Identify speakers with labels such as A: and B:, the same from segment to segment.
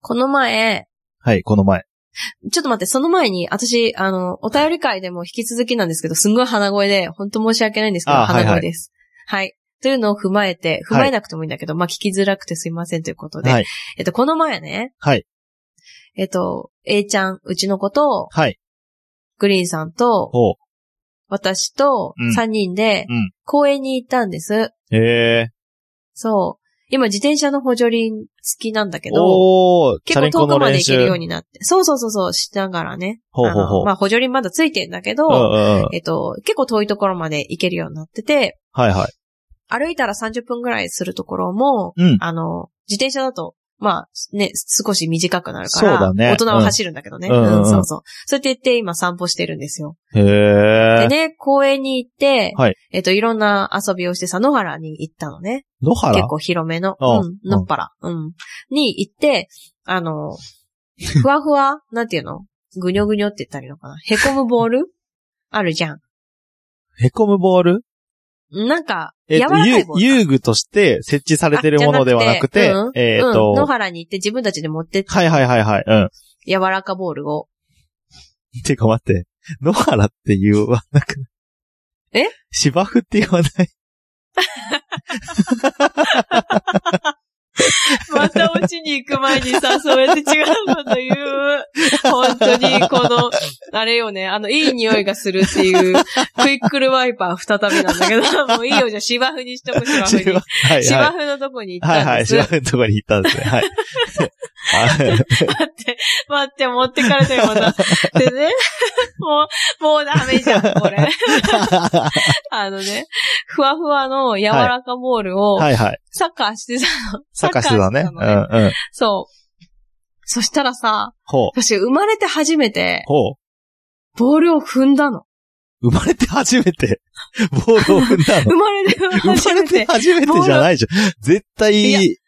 A: この前、
B: はい、この前。
A: ちょっと待って、その前に、私、あの、お便り会でも引き続きなんですけど、すんごい鼻声で、本当申し訳ないんですけど、
B: あ
A: 鼻
B: はいは
A: 声
B: い
A: です。はい、というのを踏まえて、踏まえなくてもいいんだけど、まあ、聞きづらくてすいませんということで。
B: はい。
A: えっと、この前ね、
B: はい。
A: えっと、A ちゃん、うちの子と、
B: はい。
A: グリーンさんと、
B: ほ
A: 私と
B: うん、
A: 3人で
B: うん、
A: 公園に行ったんです。
B: う。へえ。
A: そう。今、自転車の補助輪付きなんだけど、
B: おー、チ
A: 結
B: ャリ
A: 構
B: ンコ
A: 遠く
B: の
A: まで
B: 練
A: 行ける
B: 習。
A: よ
B: う
A: うんになって。そうそうそうそう、しながらね。
B: ほうほうほう
A: あのまあ、補助輪まだ付いてんだけど、
B: うんうん。
A: えっと、結構遠いところまで行けるようになってて、
B: はいはい。
A: 歩いたら30分ぐらいするところも、
B: うん。
A: あの、自転車だと、まあ、ね、少し短くなるか
B: そう
A: ら、
B: だね
A: 大人は走るんだけどね。
B: うんうんうん
A: そうそう。そうやって言って今散歩してるんですよ。
B: へ
A: で
B: え。
A: ね、公園に行って、
B: はい
A: えっと、いろんな遊びをして、佐野原に行ったのね。
B: 野原
A: 結構広めの、
B: あ
A: うん、のっぱら、うん。に行って、あの、ふわふわ、なんていうのぐにょぐにょって言ったらいいのかなへこむボールあるじゃん。
B: へこむボール
A: なんか、
B: え
A: 柔ら
B: っと、
A: かい
B: 遊
A: ボールか。
B: 遊具として設置されてるものではなくて
A: あ、
B: え
A: うん、野
B: っと、
A: 原に行って自分たちで持ってって、
B: はいはいはいはい。うん。
A: 柔らかボールを。
B: てか待って、野原って言わなくない
A: え
B: 芝生って言わない。
A: また落ちに行く前にさ、そうやって違うこと言う。本当に、この、あれよね、あの、いい匂いがするっていう、クイックルワイパー再びなんだけど、もういいよ、じゃあ芝生にしとこう、芝生に
B: 芝。はい
A: 芝
B: はい。
A: 生のとこに行っ
B: は
A: た
B: い
A: ん
B: は
A: で
B: い。
A: す。
B: 芝生のとこに行ったんですね。はい。
A: 待って、待って、持ってかれたよ、ま た。でね、 もう、もうダメじゃん、これ。 あのね、ふわふわの柔らかボールを、
B: はいはい。
A: サッカーしてたの。
B: サッカーしてたね。
A: サッ
B: う
A: カーしてたの
B: んうん。
A: そう。そしたらさ、
B: ほう。
A: 私生まれて初めて、
B: ほう。
A: ボールを踏んだの。
B: 生まれて初めて、ボールを踏んだの
A: 生。まれて
B: 生
A: 初
B: まれ
A: め
B: て
A: て。
B: 初めてじゃないじゃん。絶
A: いや
B: 対、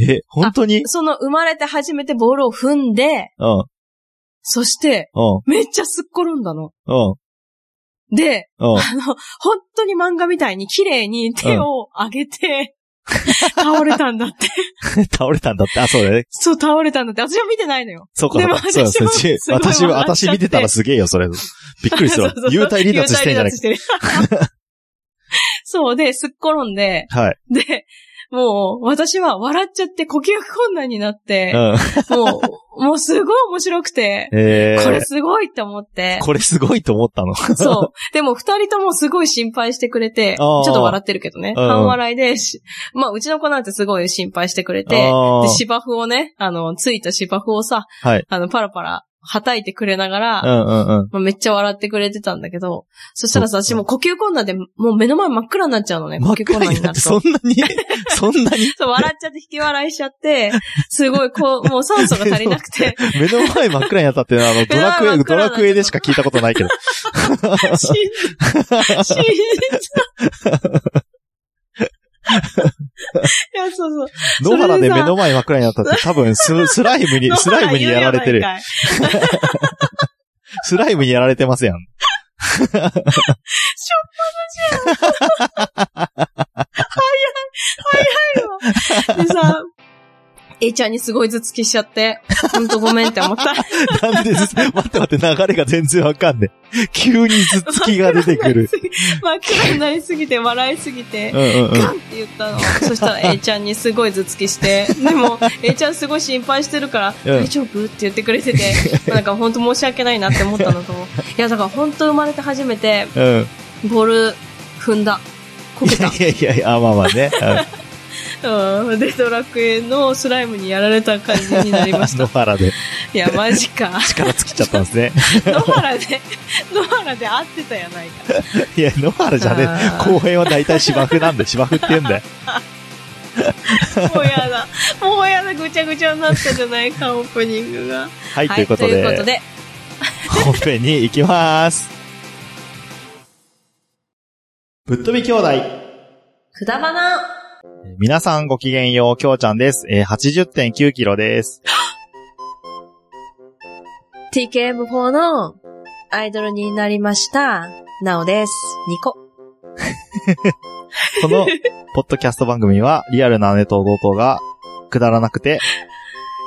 B: え、本当に
A: その生まれて初めてボールを踏んで、
B: うん、うん、
A: そして、めっちゃすっ転んだの。
B: うん、
A: で、
B: うん。
A: あの、本当に漫画みたいに綺麗に手を上げて、倒れたんだって。
B: 倒れたんだって。あ、そうだね。
A: そう、倒れたんだって。私は見てないのよ。
B: そうか、
A: で
B: そう
A: も
B: か。そうです
A: 私
B: ね
A: も
B: ち
A: すごい
B: 私は、
A: 笑っち
B: 私
A: ゃって
B: 見てたらすげえよ、それ。びっくりするわ
A: そうそう。そう
B: 幽体離脱してんじゃない
A: 幽体離脱してるそうで、すっ転んで、
B: はい。
A: で、もう、私は笑っちゃって呼吸困難になって、
B: うん。
A: もう、もうすごい面白くて、
B: え
A: これ
B: ー。
A: すごいって思って、
B: これすごいと思ったの。
A: そう。でも二人ともすごい心配してくれて、ち
B: あ
A: ょ
B: ー
A: っと笑ってるけどね。
B: うん
A: 半笑いでし、まあうちの子なんてすごい心配してくれて、
B: あー
A: で芝生をね、あの、ついた芝生をさ、
B: はい
A: あの、パラパラ叩いてくれながら、
B: うんうんうん。
A: まあ、めっちゃ笑ってくれてたんだけど、そしたらさ、私
B: そっか
A: もう呼吸困難で、もう目の前真っ暗になっちゃうのね。呼
B: 真っ
A: 吸困
B: 暗
A: 難
B: に
A: に
B: な
A: なっ
B: っ、
A: てて。
B: そ
A: そ
B: んなに、そ んなに、
A: う、笑っちゃって引き笑いしちゃって、すごい、こう、もう酸素が足りなくて、
B: 目の前真っ暗になったっていうのは、あの、ドラク
A: 目の前真っ暗にな
B: エ、
A: っちゃ
B: ド
A: った
B: ラクエでしか聞いたことないけど。
A: 死んじ死ん じゃう。いや、そうそう。
B: 野原で目の前真っ暗になったって多分 ス、スライムに、スライムにやられてる
A: 野。原言うやないかい
B: スライムにやられてますやん。
A: でさ、A ちゃんにすごい頭突きしちゃって、ほんとごめんって思 った。
B: なんでず、待って待って、流れが全然わかんねえ。急に頭突きが出てくる。
A: 真っ暗になりすぎて、笑いすぎて
B: う。んうんうん。
A: ガンって言ったの。そしたら A ちゃんにすごい頭突きして、でも A ちゃんすごい心配してるから、大丈夫って言ってくれてて、 まあなんか本当申し訳ないなって思ったのと、いやだから本当生まれて初めて
B: うん。
A: ボール踏んだ。こけた。
B: いやいやいや、あまあまあね。うん
A: うん。で、ドラクエのスライムにやられた感じになりまし
B: 野
A: た。
B: 原で
A: いや、マジ か。
B: 力尽きちゃったんで すね。
A: 野原で、 野原で合ってたやないか。
B: いや、野原じゃね
A: あ
B: え。
A: ー
B: 公園は大体芝生なんで、芝生って言う んだよ。
A: もうやだ。もうやだ、ぐちゃぐちゃになったじゃないか、オープニングが。
B: はい、ということ
A: ということ
B: で、
A: で、
B: 本編に行きます。ぶっ飛び兄弟。
A: くだばな。
B: 皆さんごきげんよう、きょうちゃんです。えー、80.9キロです。
A: TKM4 のアイドルになりました。なおです。ニコ。
B: この、ポッドキャスト番組は、リアルな姉と弟が、くだらなくて、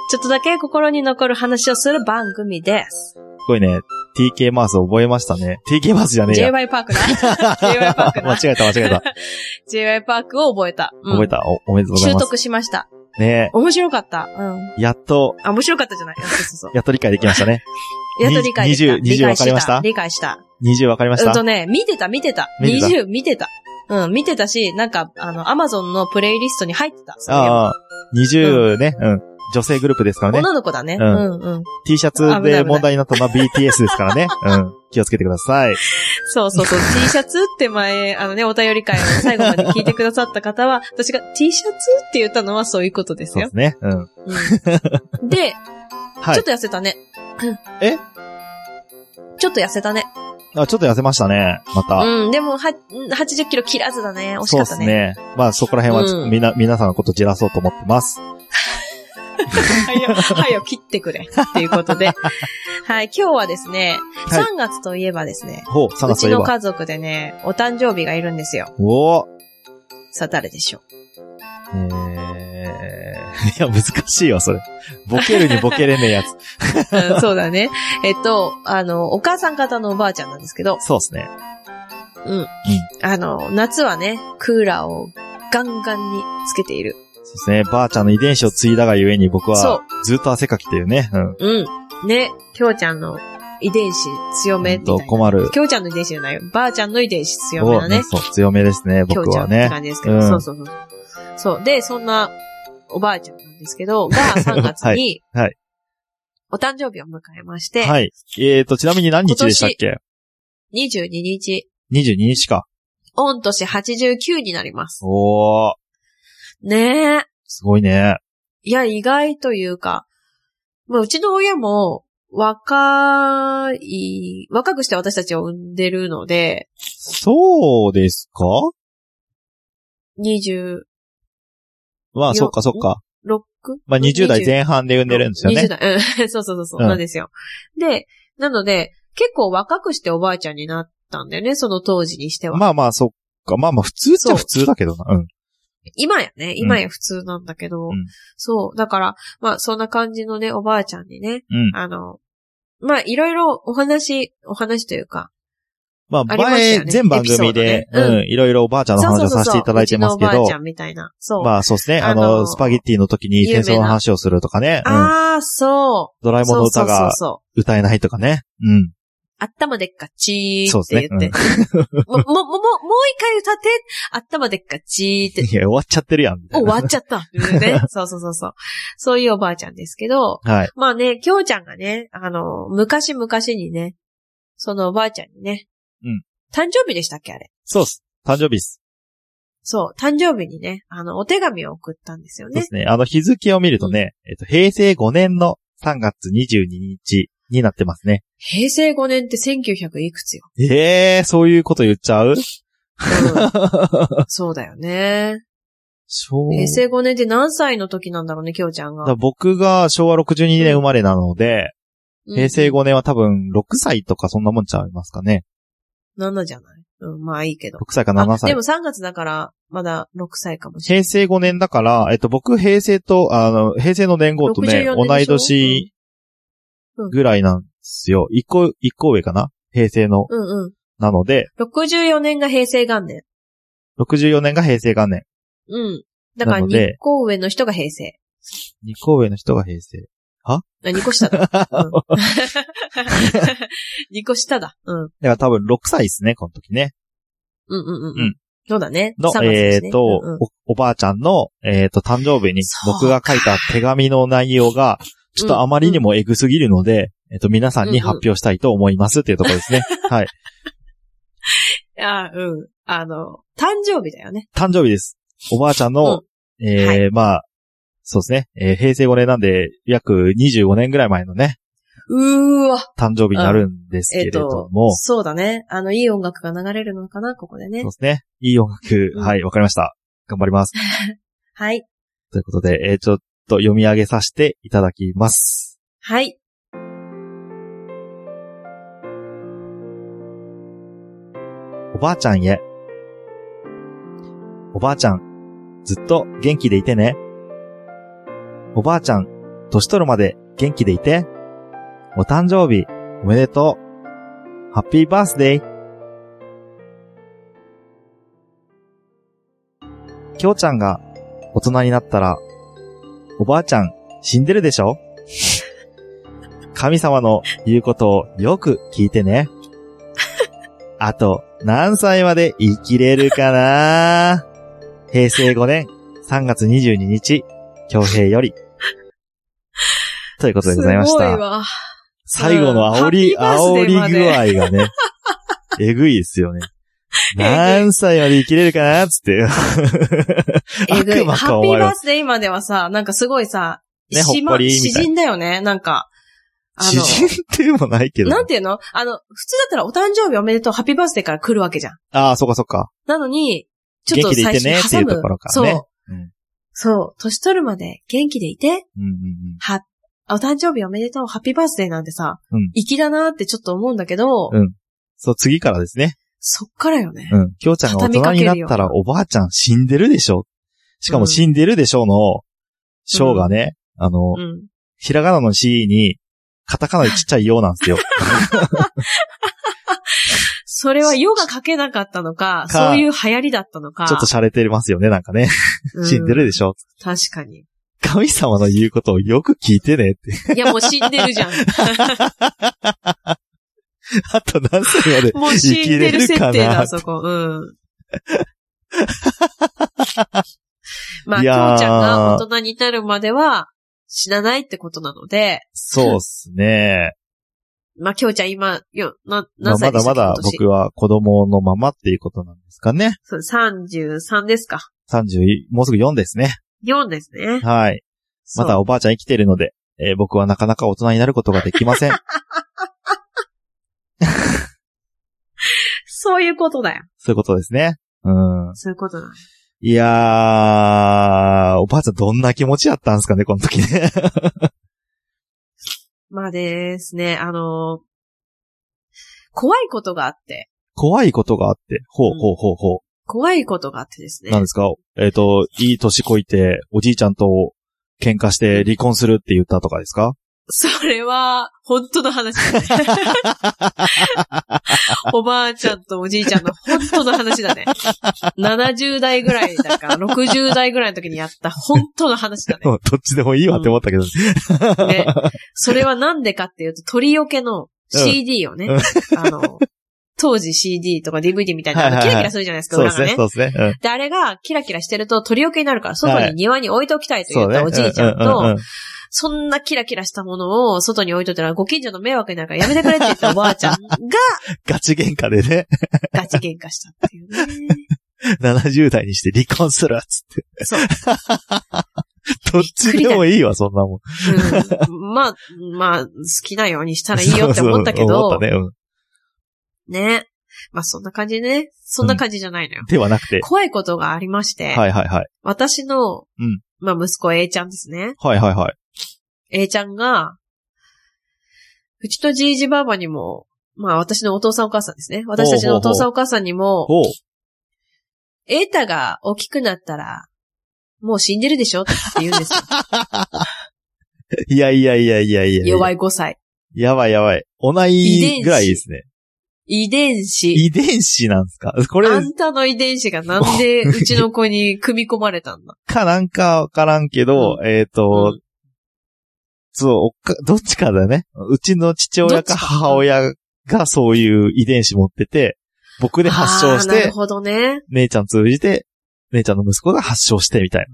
A: ちょっとだけ心に残る話をする番組です。
B: ごいね。TK マウス覚えましたね。TK マウスじゃねえや。
A: J.Y. パーク な。J.Y. パーク
B: 間
A: な
B: 違。えた、間違えた。
A: J.Y. パークを覚えた。うん
B: 覚えた。お、おめでとうござい
A: 習
B: ます。
A: 得しました。
B: ね
A: 面白かった。うん。
B: え、やっと、
A: あ、面白かったじ ゃない。そうそうそう。
B: やっと理解できましたね。
A: やっと理解できた。
B: 20 20
A: 理解
B: わかりました
A: 理解した。
B: 20わかりまし
A: うん
B: た
A: とね、見てた、見てた。
B: 見てた
A: 20見てた。うん、見てたし、なんか、あの、アマゾンのプレイリストに入ってた。そういえば
B: ああ、20ね、うん。女性グループですからね。
A: 女の子だね。う
B: う
A: んん、うん。
B: T シャツで問題になったのは BTS ですからね。うん。気をつけてください。
A: そうそう そう。T シャツって前、あのね、お便り会を最後まで聞いてくださった方 は、私が T シャツって言ったのはそういうことです
B: そうで
A: よ。
B: すね。うん。
A: うんで、
B: は
A: ちょ
B: い
A: っ。と痩せたね。
B: え
A: ちょっと痩せたね。
B: あちょっと痩せましたね。また。
A: うん、でも、は、80キロ切らずだね。惜し
B: そう
A: か
B: で
A: った
B: す
A: ね。
B: ね。まあそこら辺はちょっとみな、皆さんのことじらそうと思ってます。
A: はよ、はよ切ってくれ。っていうこと で。はい、今日はですね、
B: はい
A: 3月といえばですね、
B: ほう、3
A: う
B: 月と
A: ち
B: いえ
A: の
B: ば。
A: 家族でね、お誕生日がいるんですよ。
B: おお
A: さあ誰でしょう
B: えー、い や、難しいわ、それ。ボケるにボケれねえ やつ。
A: うんそうだね。えっと、あの、お母さん方のおばあちゃんなんですけど、
B: そうですね。
A: あの、夏はね、クーラーをガンガンにつけている。
B: そうですね。ばあちゃんの遺伝子を継いだがゆえに僕
A: そ
B: はずっと汗かきというね。うん。
A: うん。ね、きょうちゃんの遺伝子強めみた
B: ほ
A: いな
B: んと。困る。
A: きょうちゃんの遺伝子じゃないよ。ばあちゃんの遺伝子強めだね。
B: そう、強めですね、
A: きょ
B: 僕
A: うちゃん
B: は
A: って
B: ね。
A: 感じですけど。
B: うん
A: そうそうそう。そう。で、そんなおばあちゃんなんですけ ど、が3月に、
B: はいはい
A: お誕生日を迎えまして、
B: はい。えーと、ちなみに何日でしたっけ
A: 22日、
B: ?22 日か。
A: 御年89になります。
B: おー、
A: ねえ。
B: すごいね。
A: いや、意外というか、まあ、うちの親も、若い、若くして私たちを産んでるので、
B: そうですか
A: 26?
B: まあ、
A: よ
B: そっかそっか。まあ、20
A: 20
B: 代前半で産んでるんですよね
A: 20。代、うん、 そうそうそうそう、
B: うん
A: なんですよ。で、なので、結構若くしておばあちゃんになったんだよね、その当時にしては。
B: まあまあ、そっか。まあまあ、普通っちゃ普通だけどな。うん。
A: 今やね、今や普通なんだけど、
B: うん
A: そう、だから、まあ、そんな感じのね、おばあちゃんにね、
B: うん。
A: あの、まあ、いろいろお話、お話というか、
B: まあ、
A: ありました
B: 前
A: よ、ね
B: 全番組
A: エ
B: で
A: ピ、ソードね
B: うん、いろいろおばあちゃんの話をさせていただいてますけ
A: うちのお
B: ど
A: ばあち、ゃんみたいな。そう。
B: まあそうですね、あ
A: あの
B: の、
A: ー
B: スパゲッティの時に
A: 有名
B: 戦
A: な
B: 争の話をするとかね、うん。
A: ああ、そう。
B: ドラえもんの歌
A: そうそう
B: が
A: そうそう。
B: 歌えないとかね、うん。
A: 頭でっかちー
B: そう
A: って
B: です
A: 言って。
B: ね。
A: もう、もう、もう、もう一回歌って、頭でっかちーって
B: うん。いや、終わっちゃってるやん。みたい
A: 終
B: な
A: わっちゃった。ね。そうそうそうそう。そういうおばあちゃんですけど、
B: はい。
A: まあね、きょうちゃんがね、あの、昔々にね、そのおばあちゃんにね、
B: うん
A: 誕生日でしたっけあれ。
B: そうっす。誕生日っす。
A: そう、誕生日にね、あの、お手紙を送ったんですよ
B: そうで
A: ね。
B: すね。あの、日付を見るとね、えっと、平成5年の3月22日になってますね。
A: 平成5年って1900いくつよ。
B: ええー、そういうこと言っちゃう
A: うん そうだよね。
B: 昭
A: 平成5年って何歳の時なんだろうね、きょうちゃん
B: だから
A: が。
B: 僕が昭和62年生まれなので、
A: うん
B: 平成5年は多分6歳とかそんなもんちゃいますかね。
A: 7じゃないうん、まあいいけど。
B: 6歳か
A: あ
B: 7
A: で
B: 歳
A: も。3月だから、まだ6歳かもしれない。
B: 平成5年だから、えっと、僕、平成と、あの、平成の年号とね、
A: 64年でしょ
B: 同い年
A: うん
B: ぐらいなんですよ。一個、一個上かな平成の、
A: うんうん。
B: なので、
A: 64年が平成元年。
B: 64年が平成元年。
A: うん。だから
B: なの
A: 2
B: で
A: 個上の人が平成。
B: 二個上の人が平成。
A: あ、2個下だ。 うん、2個下だ。うん。うん
B: だから多分6歳ですね、この時ね。
A: うんうん。
B: う
A: うんん、そうだね。
B: の
A: 3、月で
B: え
A: す
B: っ、
A: ねう
B: と、
A: んうん
B: お、おばあちゃんの、えっ、と、誕生日に
A: そうか
B: 僕が書いた手紙の内容が、ちょっとあまりにもエグすぎるので、えっ、と、皆さんに発表したいと思いますっていうところですね。はい。
A: あ、うん。あの、誕生日だよね。
B: 誕生日です。おばあちゃんの、えー
A: は
B: まあ、そうですね。えー平成5年なんで、約25年ぐらい前のね、
A: うーわ。
B: 誕生日になるんですけ
A: えっ、
B: れど
A: と
B: も、、
A: そうだね。あの、いい音楽が流れるのかな、ここでね
B: そうで。すね。いい音楽、
A: うん
B: はい、わかりました。頑張ります。
A: はい。
B: ということで、えーちょっと読み上げさせていただきます。
A: はい。
B: おばあちゃんへ。おばあちゃん、ずっと元気でいてね。おばあちゃん、年取るまで元気でいて。お誕生日、おめでとう。ハッピーバースデー。きょうちゃんが大人になったら、おばあちゃん死んでるでしょ神様の言うことをよく聞いてね。あと、何歳まで生きれるかな平成5年3月22日、京平より。ということでございまし
A: すごい
B: た。
A: わ。
B: 最後の煽り、
A: うんハッピ
B: 煽
A: ー
B: り具
A: バースデー
B: 合 がね、えぐいですよね。何歳まで生きれるかなつって。
A: えぐい。
B: 悪魔
A: ハ
B: か
A: ッ
B: お
A: ピー
B: 前
A: バー
B: は。
A: スデー今ではさ、なんかすごいさ、
B: ね
A: し
B: ほ
A: ま、
B: っこりみたい
A: 詩人だよね、なんか。あ
B: 詩人っていうのもないけ
A: の、
B: ど。
A: なんていうのあの、普通だったらお誕生日おめでとう、ハッピーバースデーから来るわけじゃん。
B: ああ、そっかそっか。
A: なのに、ちょっと
B: 元気で
A: 最
B: いて
A: 初に挟む。
B: ねっていうところからね
A: そう、
B: うん
A: そう。年取るまで元気でいて、
B: うんうん
A: は、お誕生日おめでとう、ハッピーバースデーなんてさ、
B: うん
A: 粋だなってちょっと思うんだけど、
B: うんそう、次からですね。
A: そっからよね。
B: うん。きょうちゃんが大人になったらおばあちゃん死んでるでしょ。しかも死んでるでしょの、しょうがね、あ
A: う
B: の、
A: ん。
B: ひらがなのしに、カタカナでちっちゃいようなん ですよ。
A: それは世が書けなかったのか、
B: か
A: そういう流行りだったのか。
B: ちょっと洒落てますよね、なんかね。死んでるで
A: し
B: しょ。
A: ょ。確かに。
B: 神様の言うことをよく聞いてねって。
A: いや、もう死んでるじ ゃん。
B: あと何歳まで
A: もう
B: 生
A: 死
B: き
A: んで
B: れ
A: る
B: る
A: 設
B: か
A: 定
B: な
A: だ、そこ。 うん。まあ、きょ
B: い
A: う
B: やー
A: ちゃんが大人になるまでは死なないってことなので、
B: そうっすね。
A: まあ、きょうちゃん今、よ、な、
B: まあ
A: 何
B: ま
A: 歳で
B: だ
A: した
B: ま
A: っけ
B: だ僕は子供のままっていうことなんですかね。
A: 今年そう ?33 ですか。
B: 30、もうすぐ4ですね。
A: 4ですね。
B: はい。ま
A: そ
B: だ
A: う
B: おばあちゃん生きてるので、えー僕はなかなか大人になることができ ません。
A: そういうことだよ。
B: そういうことですね。うん。
A: そういうことだ。
B: いやー、おばあちゃんどんな気持ちやったんですかね、この時ね。
A: まあですね、あのー怖いことがあって、
B: 怖いことがあって。ほう
A: うん
B: ほうほうほ
A: 怖いことがあってです
B: う。なん
A: ね
B: で。すかえっ、と、いい年こいて、おじいちゃんと喧嘩して離婚するって言ったとかですか
A: それは、本当の話だね。 おばあちゃんとおじいちゃんの本当の話だね。70代ぐらいだから、60代ぐらいの時にやった本当の話だね。
B: もう どっちでもいいわって思ったけど。
A: ね。それはなんでかっていうと、鳥よけの CD をね、
B: うん
A: あの、当時 CD とか DVD みたいな、あの
B: はい
A: キ
B: はいは
A: ラキ
B: い
A: ラするじゃないですか、
B: そうで
A: 裏
B: す
A: が
B: ね、
A: ね
B: そ。うですね。うん
A: で、あれがキラキラしてると鳥よけになるから、外
B: は
A: に
B: い
A: 庭に置いておきたいと言
B: そ
A: っ
B: うね。
A: たおじいちゃん
B: ううう
A: と
B: う、
A: そんなキラキラしたものを外に置いといたらご近所の迷惑になるからやめてくれって言ったおばあちゃんが
B: ガチ喧嘩でね、
A: ガチ喧嘩したっていうね。
B: 70代にして離婚するっつって。
A: そう。
B: どっちでもいいわ、そんなもん。
A: うんまあ、まあ、好きなようにしたらいいよって思ったけ
B: そうそう
A: ど、
B: 思ったね、うん。
A: ね。まあそんな感じでね。そんな感じじゃないのよ。
B: ではなくて。
A: 怖いことがありまして、
B: はいはいはい。
A: 私の、
B: うん
A: まあ息子 A ちゃんですね。
B: はいはいはい。
A: A ちゃんが、うちのじいじばあばにも、まあ私のお父さんお母さんですね。私たちのお父さんお母さんにも、
B: おう。
A: エータが大きくなったら、もう死んでるでしょって言うんです よ。
B: いやいやいやいやいやいや。
A: 弱
B: い。
A: い5歳。
B: やばいやばい。同いぐらいですね。
A: 遺伝子。
B: 遺伝子なんですかこれ
A: あんたの遺伝子がなんで うちの子に組み込まれたんだ。
B: かなんかわからんけど、えっ、と、
A: うん
B: そう、おっかどっちかだよね。うちの父親
A: ど
B: か
A: っちか
B: 母親がそういう遺伝子持ってて、僕で発症し
A: あーなる
B: て、
A: ほどね。
B: 姉ちゃん通じて、姉ちゃんの息子が発症してみたい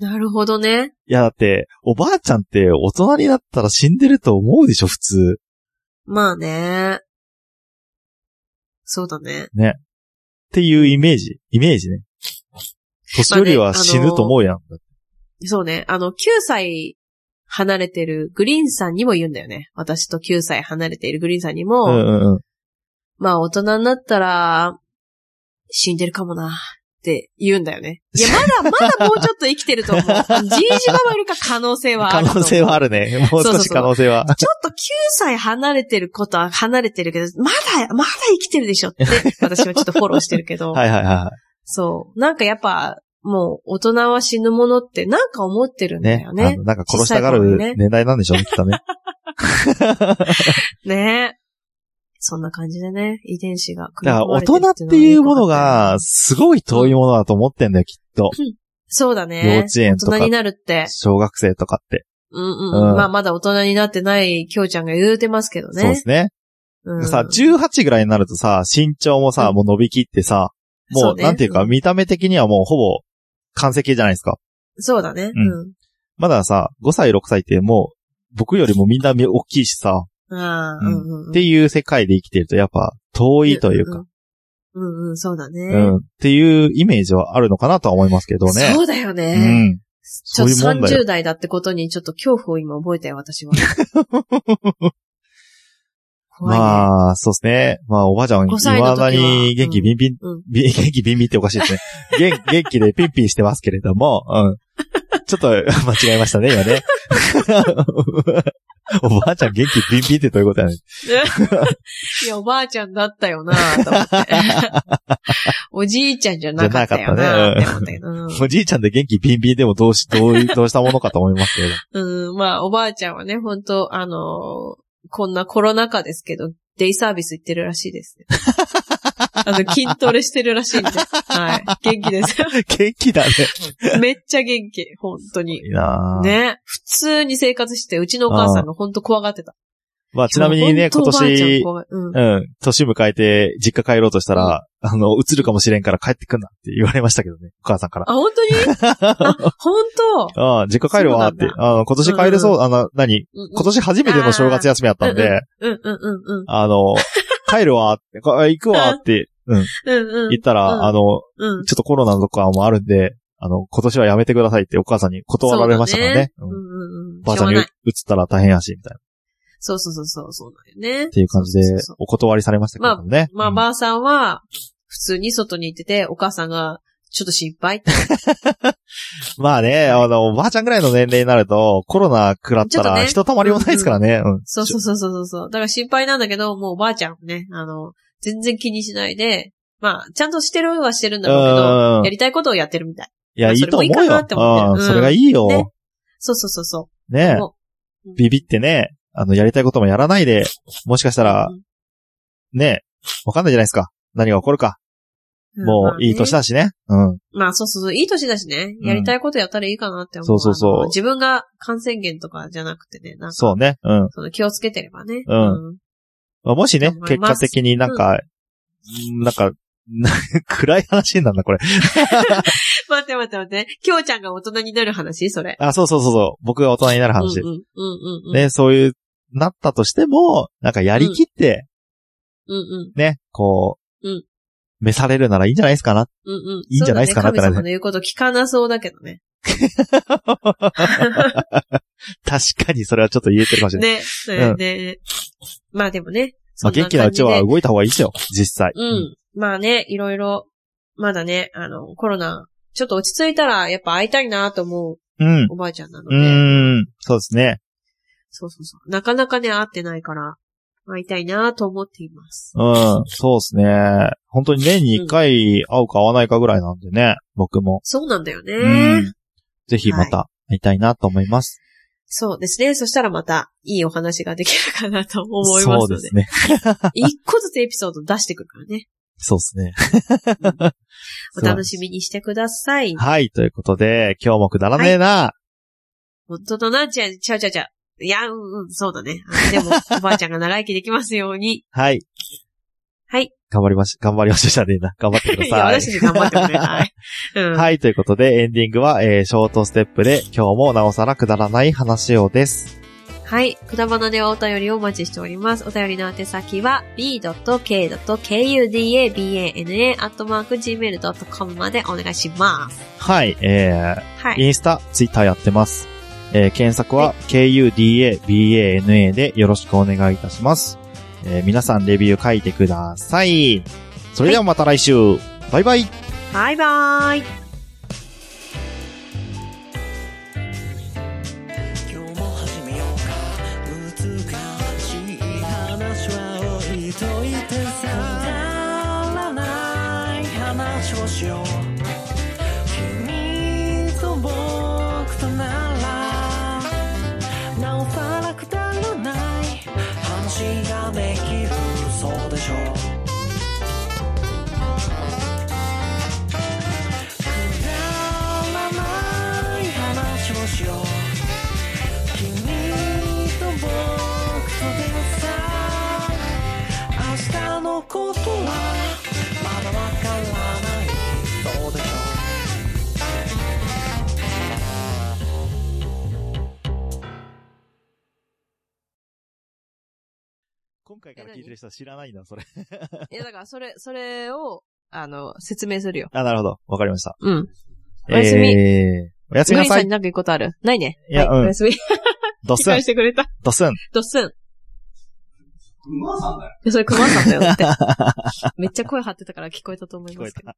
B: な。
A: なるほどね。
B: いや、だって、おばあちゃんって大人になったら死んでると思うでしょ、普通。
A: まあね。そうだね。
B: っていうイメージ。イメージね。年寄りは死ぬと思うやん。
A: そうね。あの、9歳離れてるグリーンさんにも言うんだよね。私と9歳離れているグリーンさんにも、
B: うんうんうん。
A: まあ大人になったら、死んでるかもな、って言うんだよね。 いや、まだ、まだもうちょっと生きてると思う。じいじばばよりか可能性はあ
B: 可
A: ると思う。
B: 能性はあるね。もう
A: そうそ
B: 少
A: う
B: し
A: そう
B: 可能性は。
A: ちょっと9歳離れてることは離れてるけど、まだ、 まだ生きてるでしょって、私はちょっとフォローしてるけど。
B: はいはいはいはい。
A: そう。なんかやっぱ、もう大人は死ぬものってなんか思ってるんだ
B: ね
A: よ。
B: あ
A: ね。
B: の、なんか殺したがる
A: 小さい頃にね
B: 年代なんでしょうね、き っとね。
A: ねそんな感じでね、遺伝子が組
B: だ
A: み
B: から
A: 込ま
B: 大
A: れてる
B: 人っていうものが、すごい遠いものだと思ってんだよ、きっと。
A: そうだね。
B: 幼稚園とか
A: 大人になるって。
B: 小学生とかって。
A: うんうん、
B: うん
A: まあまだ大人になってないきょうちゃんが言うてますけどね。
B: そうですね。
A: うん
B: さ、18ぐらいになるとさ、身長もさ、
A: うん
B: もう伸びきってさ、も、
A: そううね
B: なんていうか、見た目的にはもうほぼ、完成形じゃないですか。
A: そうだね。
B: うんまださ、5歳、6歳ってもう、僕よりもみんな目大きいしさ、
A: うん。ああ、うんうんうん。
B: っていう世界で生きてると、やっぱ、遠いというか、。
A: うんうん、うんうんそうだね。
B: うん、っていうイメージはあるのかなとは思いますけどね。
A: そうだよ
B: う
A: ね。
B: ん。
A: ちょっと
B: そういうもんだよ
A: 30代だってことにちょっと恐怖を今覚えたよ、私 は。怖いね。
B: まあ、そうですね。まあ、おばあちゃん、
A: 5
B: 未
A: 歳の時は
B: だに元気ビンビン、
A: うん
B: び元気ビンビンっておかしいですね。元 元気でピンピンしてますけれども、うん。ちょっと 間違えましたね、今ね。 おばあちゃん元気ビンビンってどういうことやね ん。
A: いや、おばあちゃんだったよなと思 って。おじいちゃんじゃなかったよなって思ったけど。
B: おじいちゃんで元気ビンビンでもどうし、どうい、どうしたも のかと思いますけれど。
A: うん、うんまあ、おばあちゃんはね、本当あのーこんなコロナ禍ですけど、デイサービス行ってるらしい ですね。あの、筋トレしてるらしいんで。はい。元気 です。
B: 元気だね。
A: めっちゃ元気、本当に
B: い。いなぁ。
A: ね。普通に生活して、うちのお母さんが本当怖がってた。
B: まあ、ちなみに
A: 本
B: ね、今
A: 当おばあちゃん
B: 年、
A: 怖いうん。
B: うん、年迎えて実家帰ろうとしたら、あの、映るかもしれんから帰ってくんなって言われましたけどね、お母さんから。
A: あ、本 当にあ、本当
B: ああ、実家帰るわっ
A: そ
B: て
A: う。
B: あの、今年帰れそう、あの、
A: う
B: 何
A: んうん
B: 今年初めての正月休みだったんで、
A: うんうんうんうん。
B: あの、帰るわって、こ行くわって、う
A: う
B: ん、
A: んうん
B: 言ったら、
A: うん
B: あの、
A: うん。
B: ちょっとコロナとかもあるんで、あの、今年はやめてくださいってお母さんに断られましたからね。
A: そうだ
B: う
A: う
B: ん
A: んうんうん。
B: ばあ
A: し
B: ち
A: ょ
B: ゃん
A: うがな
B: に移っ
A: い。
B: たら大変やし、みたいな。っ
A: そうそうそうそう、そうなんよね。って
B: いう感じで、お断りされましたけれどもね。
A: まあ、
B: うん
A: ばあさんは、普通に外に行ってて、お母さんが、ちょっと心 配って。
B: まあね、あの、おばあちゃんぐらいの年齢になると、コロナ食らった
A: ちょっと
B: ら、
A: ね
B: ひとたまりもないですからね。うん。
A: そうそうそうそうそう。だから心配なんだけど、もうおばあちゃんもね、あの、全然気にしないで、まあ、ちゃんとしてるはしてるんだろうけ
B: うん
A: ど、やりたいことをやってるみたい。
B: いや、
A: まあ
B: いいと思うよ。
A: それもいいかなって思ってる
B: うん
A: うん
B: それがいいよ。
A: ねそうそうそうそ
B: ね
A: う。もう
B: ビビってね、あの、やりたいこともやらないで、もしかしたら、ね、わかんないじゃないですか。何が起こるか。
A: うん
B: もう、いい年。だしね。うん。
A: まあねまあそうそうそう、いい年だしね。
B: うん
A: やりたいことやったらいいかなって思う。
B: そうそうそう
A: あの自分が感染源とかじゃなくてね、なんか、
B: そうね。うん。
A: その気をつけてればね。
B: うん
A: うん。
B: まあもしね
A: 頑、張
B: 結
A: ります
B: 果的になんか、うんなんか、な 暗い話になるな、これ。
A: 待って待って待って。きょうちゃんが大人になる話それ。
B: あ、そうそうそうそう。僕が大人になる話
A: うん。うんうんうん。
B: ね、そういう、なったとしても、なんかやりきって、
A: うんうん。
B: ね、こう、
A: うん
B: 召されるならいいんじゃないです かな。
A: うんうん。
B: いいんじゃないですか
A: そうだね
B: なった
A: 神様
B: らね
A: の言うこと聞かなそうだけどね。
B: 確かにそれはちょっと言えてるかもしれない。
A: ね、
B: う
A: ね
B: ん、
A: ね。まあでもね。
B: まあ、元気なうちは
A: そん
B: 動いた方がいいですよ、実際。
A: な感じで。うん。まあね、いろいろ、まだね、あの、コロナ、ちょっと落ち着いたら、やっぱ会いたいなと思う
B: うん。
A: おばあちゃんなの
B: う
A: で。
B: ん。そうですね。
A: そうそうそう。なかなかね、会ってないから、会いたいなと思っています。
B: うん。そうですね。本当に年に一回会うか会わないかぐらいなんでね、僕も。
A: そうなんだよね。
B: うん。ぜひまた会いたいなと思います。
A: そうですね。そしたらまた、いいお話ができるかなと思います
B: そう
A: の
B: で
A: で。
B: すね。
A: 一個ずつエピソード出してくるから ね。
B: そうですね。
A: お楽しみにしてください。
B: はい。ということで、今日もくだらねえな。
A: 本当だな、ちゃう、ちゃうちゃうちゃう。いや、うん、うん、そうだね。あでも、 おばあちゃんが長生きできますように。
B: はい。
A: はい。
B: 頑張りまし、頑張りましょうじゃねえな。頑張ってくだ
A: いや、
B: さい。
A: 私に頑張ってくれない。うん。
B: はい。ということで、エンディングは、えー、ショートステップで、今日もなおさらくだらない話をです。
A: はい。くだばなではお便りをお待ちしております。お便りの宛先は b.k.kudabana.gmail.com までお願いします。
B: はい。えー、
A: はい。
B: インスタ、ツイッターやってます。えー、検索は、KUDABANA でよろしくお願いいたします。えー、皆さんレビュー書いてください。それではまた来週、バイバイ
A: バイバーイ。
C: 今日も始めようか難しい話は置いといてさくだらない話をしよう君なおさらくだらない話ができるそうでしょうくだらない話をしよう君と僕とでさ明日のことはまだわからないそうでしょう
B: 今回から聞いてる人は知らないんだ、それ。
A: いや、だから、それ、それを、あの、説明するよ。
B: あ、なるほど。わかりました。
A: うん。おやすみ
B: えー、おやすみ
A: グリー
B: な
A: ンさ
B: さ
A: ん
B: い
A: に。なんか言うことあるないね。
B: いや
A: は
B: うん
A: おやすみ。
B: ド
A: 理
B: スン
A: 解し、てくれた。
B: ドスン。
A: ドッスン。熊 さんだよ。それ熊さんだよって。めっちゃ声張ってたから聞こえたと思い
B: 聞こ
A: ま
B: え
A: すけど
B: た。